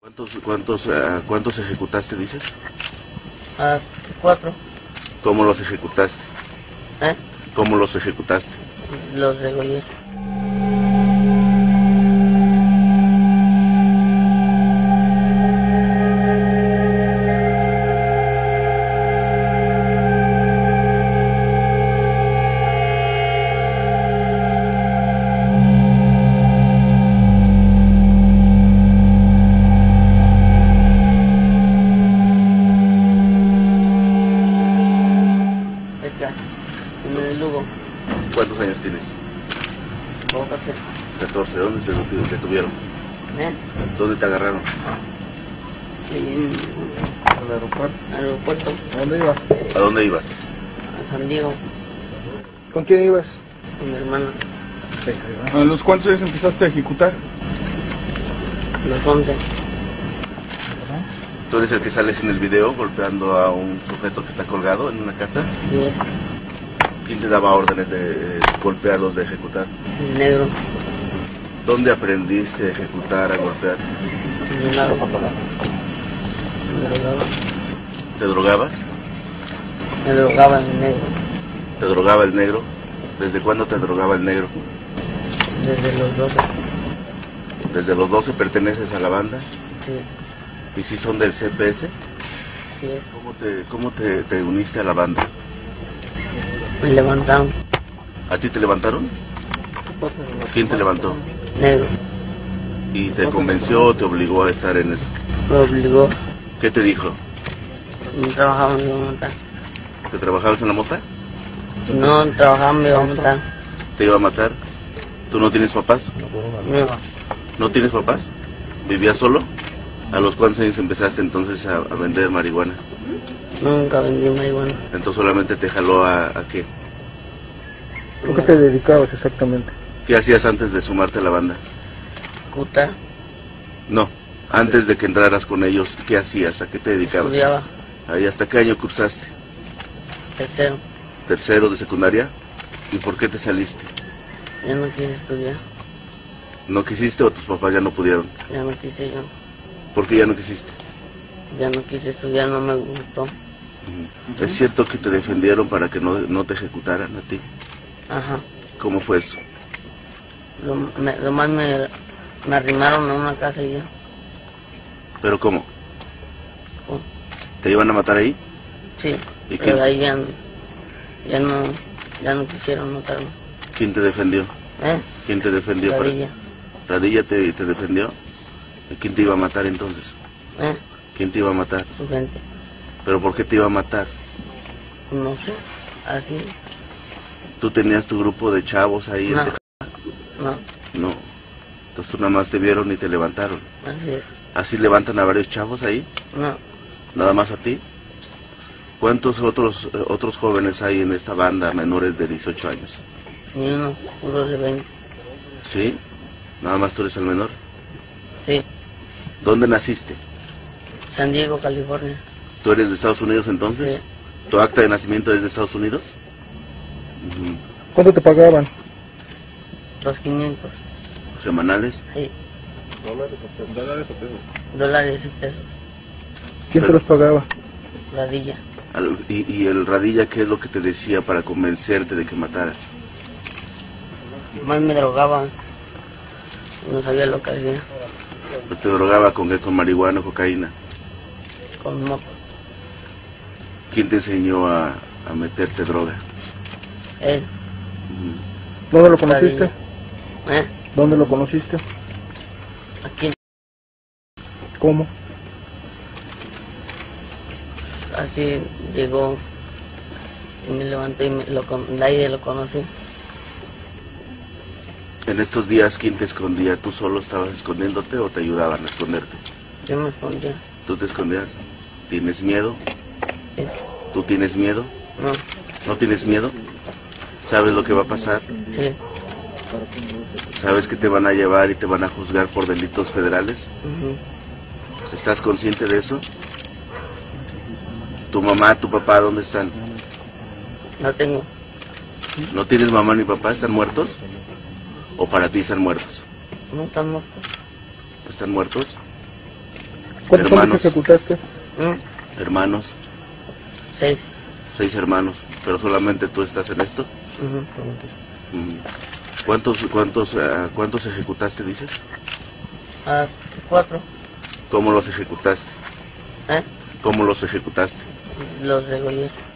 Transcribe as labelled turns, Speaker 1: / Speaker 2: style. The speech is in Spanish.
Speaker 1: ¿Cuántos, cuántos, ah, cuántos ejecutaste, dices?
Speaker 2: Ah, cuatro,
Speaker 1: ¿Cómo los ejecutaste?
Speaker 2: ¿eh?
Speaker 1: ¿Cómo los ejecutaste?
Speaker 2: Los degollé. Acá, en el Lugo,
Speaker 1: ¿Cuántos años tienes?
Speaker 2: como café.
Speaker 1: 14. ¿Dónde te, detu- te tuvieron?
Speaker 2: ¿eh?
Speaker 1: ¿Dónde te agarraron?
Speaker 2: Y en
Speaker 3: Al aeropuerto.
Speaker 2: el aeropuerto,
Speaker 3: ¿A dónde ibas?
Speaker 1: ¿A dónde ibas?
Speaker 2: a San Diego,
Speaker 3: ¿Con quién ibas?
Speaker 2: con mi hermana,
Speaker 4: ¿A los cuántos años empezaste a ejecutar?
Speaker 2: los once.
Speaker 1: ¿Tú eres el que sales en el video golpeando a un sujeto que está colgado en una casa?
Speaker 2: Y es
Speaker 1: ¿Quién te daba órdenes de eh, golpearlos, de ejecutar?
Speaker 2: en negro,
Speaker 1: ¿Dónde aprendiste a ejecutar, a golpear?
Speaker 2: en un lado. Me drogaba,
Speaker 1: ¿Te drogabas?
Speaker 2: me drogaba en negro,
Speaker 1: ¿Te drogaba el negro? ¿Desde cuándo te drogaba el negro?
Speaker 2: desde los doce.
Speaker 1: ¿Desde los 12 perteneces a la banda?
Speaker 2: Sí,
Speaker 1: ¿Y si son del CPS?
Speaker 2: sí es.
Speaker 1: ¿Cómo te, cómo te, te uniste a la banda?
Speaker 2: Me levantaron,
Speaker 1: ¿A ti te levantaron? ¿Quién te levantó?
Speaker 2: negro,
Speaker 1: ¿Y te convenció o te obligó a estar en eso?
Speaker 2: me obligó,
Speaker 1: ¿Qué te dijo?
Speaker 2: no trabajaba me iba a matar.
Speaker 1: ¿Que trabajabas en la mota?
Speaker 2: Si no trabajaba me iba a matar.
Speaker 1: ¿Te iba a matar? ¿Tú no tienes papás?
Speaker 2: Me iba.
Speaker 1: ¿No tienes papás? ¿Vivías solo? ¿A los cuántos años empezaste entonces a, a vender marihuana?
Speaker 2: Nunca vendí marihuana.
Speaker 1: Entonces solamente te jaló a, a qué?
Speaker 3: ¿A qué te dedicabas exactamente?
Speaker 1: ¿Qué hacías antes de sumarte a la banda?
Speaker 2: Cuta,
Speaker 1: No, antes de que entraras con ellos, ¿qué hacías? ¿A qué te dedicabas?
Speaker 2: estudiaba,
Speaker 1: Ahí, ¿Hasta qué año cursaste?
Speaker 2: tercero.
Speaker 1: ¿Tercero de secundaria? ¿Y por qué te saliste?
Speaker 2: Yo no quise estudiar,
Speaker 1: ¿No quisiste o tus papás ya no pudieron?
Speaker 2: ya no quise yo.
Speaker 1: ¿Por qué ya no quisiste?
Speaker 2: Ya no quise estudiar, no me gustó.
Speaker 1: ¿Es cierto que te defendieron para que no, no te ejecutaran a ti?
Speaker 2: Ajá.
Speaker 1: ¿Cómo fue eso?
Speaker 2: Lo, me- lo más me, me arrimaron a una casa y ya.
Speaker 1: ¿Pero cómo?
Speaker 2: ¿Cómo?
Speaker 1: ¿Te iban a matar ahí?
Speaker 2: Oh, Sí.
Speaker 1: ¿Y
Speaker 2: Pero
Speaker 1: qué?
Speaker 2: ahí ya, no- ya no, ya no quisieron matarme.
Speaker 1: ¿Quién te defendió?
Speaker 2: ¿Eh?
Speaker 1: ¿Quién te defendió? para-
Speaker 2: Carilla.
Speaker 1: ¿Radilla te, te defendió? ¿Y ¿Quién te iba a matar entonces?
Speaker 2: ¿Eh?
Speaker 1: ¿Quién te iba a matar?
Speaker 2: Su gente.
Speaker 1: ¿Pero por qué te iba a matar?
Speaker 2: No sé. Así.
Speaker 1: ¿Tú tenías tu grupo de chavos ahí? en
Speaker 2: No.
Speaker 1: Teja-
Speaker 2: No.
Speaker 1: No. Entonces tú nada más te vieron y te levantaron.
Speaker 2: Así es.
Speaker 1: ¿Así levantan a varios chavos ahí?
Speaker 2: No.
Speaker 1: ¿Nada más a ti? ¿Cuántos otros, eh, otros jóvenes hay en esta banda menores de 18 años?
Speaker 2: Ni uno. Puros de 20.
Speaker 1: ¿Sí? Nada más tú eres el menor.
Speaker 2: Sí.
Speaker 1: ¿Dónde naciste?
Speaker 2: San Diego, California.
Speaker 1: ¿Tú eres de Estados Unidos entonces?
Speaker 2: Sí.
Speaker 1: ¿Tu acta de nacimiento es de Estados Unidos? Ujú.
Speaker 3: ¿Cuánto te pagaban?
Speaker 2: Los 500.
Speaker 1: ¿Semanales?
Speaker 2: Sí. Dólares o pesos. Dólares y pesos.
Speaker 3: ¿Quién te los pagaba?
Speaker 2: Radilla.
Speaker 1: Al- Y, y el Radilla qué es lo que te decía para convencerte de que mataras?
Speaker 2: Más me drogaba. No sabía lo que hacía.
Speaker 1: ¿Te drogaba con qué? ¿Con marihuana o cocaína?
Speaker 2: Con moco.
Speaker 1: ¿Quién te enseñó a, a meterte droga?
Speaker 2: Él.
Speaker 1: Ujú.
Speaker 3: ¿Dónde lo conociste?
Speaker 2: Radilla. ¿Eh?
Speaker 3: ¿Dónde lo conociste?
Speaker 2: Aquí.
Speaker 3: ¿Cómo?
Speaker 2: Así llegó. Y me levanté y me lo, con- de ahí lo conocí.
Speaker 1: En estos días, ¿quién te escondía? ¿Tú solo estabas escondiéndote o te ayudaban a esconderte?
Speaker 2: Yo me escondía.
Speaker 1: ¿Tú te escondías? ¿Tienes miedo?
Speaker 2: Sí.
Speaker 1: ¿Tú tienes miedo?
Speaker 2: No.
Speaker 1: ¿No tienes miedo? ¿Sabes lo que va a pasar?
Speaker 2: Sí.
Speaker 1: ¿Sabes que te van a llevar y te van a juzgar por delitos federales?
Speaker 2: ujú.
Speaker 1: ¿Estás consciente de eso? ¿Tu mamá, tu papá, dónde están?
Speaker 2: No tengo.
Speaker 1: ¿No tienes mamá ni papá? ¿Están muertos? ¿O para ti están muertos?
Speaker 2: No están muertos.
Speaker 1: ¿Están muertos?
Speaker 3: ¿Cuántos hombres
Speaker 1: Hermanos.
Speaker 3: ejecutaste?
Speaker 2: ¿Mm?
Speaker 1: Hermanos,
Speaker 2: Seis.
Speaker 1: seis hermanos, pero solamente tú estás en esto.
Speaker 2: Ujú.
Speaker 1: Mm. ¿Cuántos, cuántos, ah, cuántos ejecutaste, dices?
Speaker 2: Ah, cuatro.
Speaker 1: ¿Cómo los ejecutaste?
Speaker 2: ¿Eh?
Speaker 1: ¿Cómo los ejecutaste?
Speaker 2: Los regulé.